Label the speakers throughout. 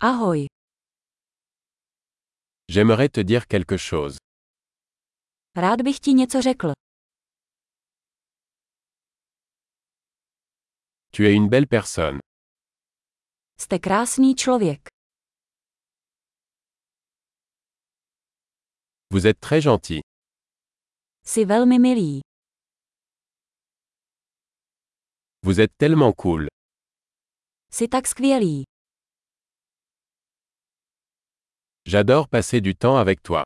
Speaker 1: Ahoj,
Speaker 2: J'aimerais te dire quelque chose.
Speaker 1: rád bych ti něco řekl.
Speaker 2: Tu es une belle personne.
Speaker 1: Jste krásný člověk.
Speaker 2: Vous êtes très gentil.
Speaker 1: Jsi velmi milý.
Speaker 2: Vous êtes tellement cool.
Speaker 1: Jsi tak skvělý.
Speaker 2: J'adore passer du temps avec toi.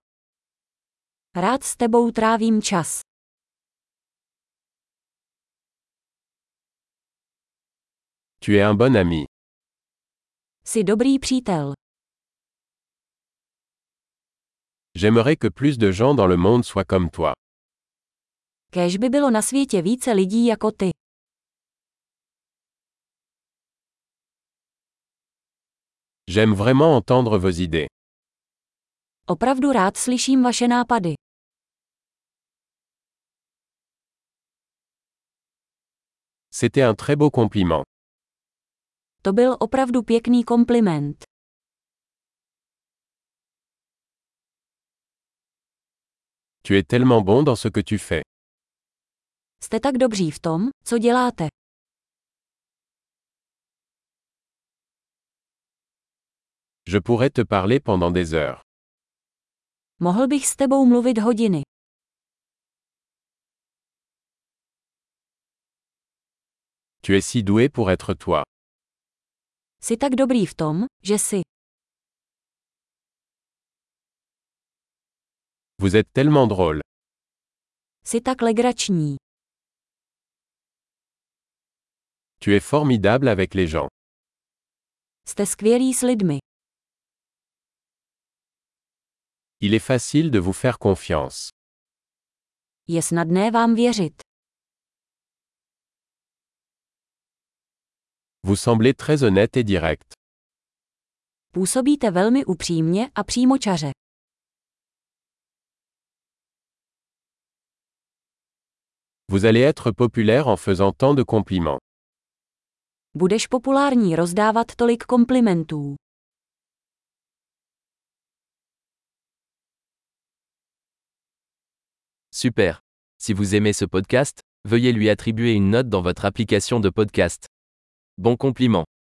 Speaker 1: Rád s tebou trávím čas.
Speaker 2: Tu es un bon ami.
Speaker 1: Jsi dobrý přítel.
Speaker 2: J'aimerais que plus de gens dans le monde soient comme toi.
Speaker 1: Kéž by bylo na světě více lidí jako ty.
Speaker 2: J'aime vraiment entendre vos idées.
Speaker 1: Opravdu rád slyším vaše nápady.
Speaker 2: C'était un très beau compliment.
Speaker 1: To byl opravdu pěkný kompliment.
Speaker 2: Tu es tellement bon dans ce que tu fais.
Speaker 1: Jste tak dobří v tom, co děláte.
Speaker 2: Je pourrais te parler pendant des heures.
Speaker 1: Mohl bych s tebou mluvit hodiny.
Speaker 2: Tu es si doué pour être toi.
Speaker 1: Jsi tak dobrý v tom, že jsi.
Speaker 2: Vous êtes tellement drôle.
Speaker 1: Jsi tak legrační.
Speaker 2: Tu es formidable avec les gens.
Speaker 1: Jste skvělí s lidmi.
Speaker 2: Il est facile de vous faire confiance.
Speaker 1: Je snadné vám věřit.
Speaker 2: Vous semblez très honnête et direct.
Speaker 1: Působíte velmi upřímně a přímočaře.
Speaker 2: Vous allez être populaire en faisant tant de compliments.
Speaker 1: Budeš populární rozdávat tolik komplimentů.
Speaker 3: Super. Si vous aimez ce podcast, veuillez lui attribuer une note dans votre application de podcast. Bon compliment.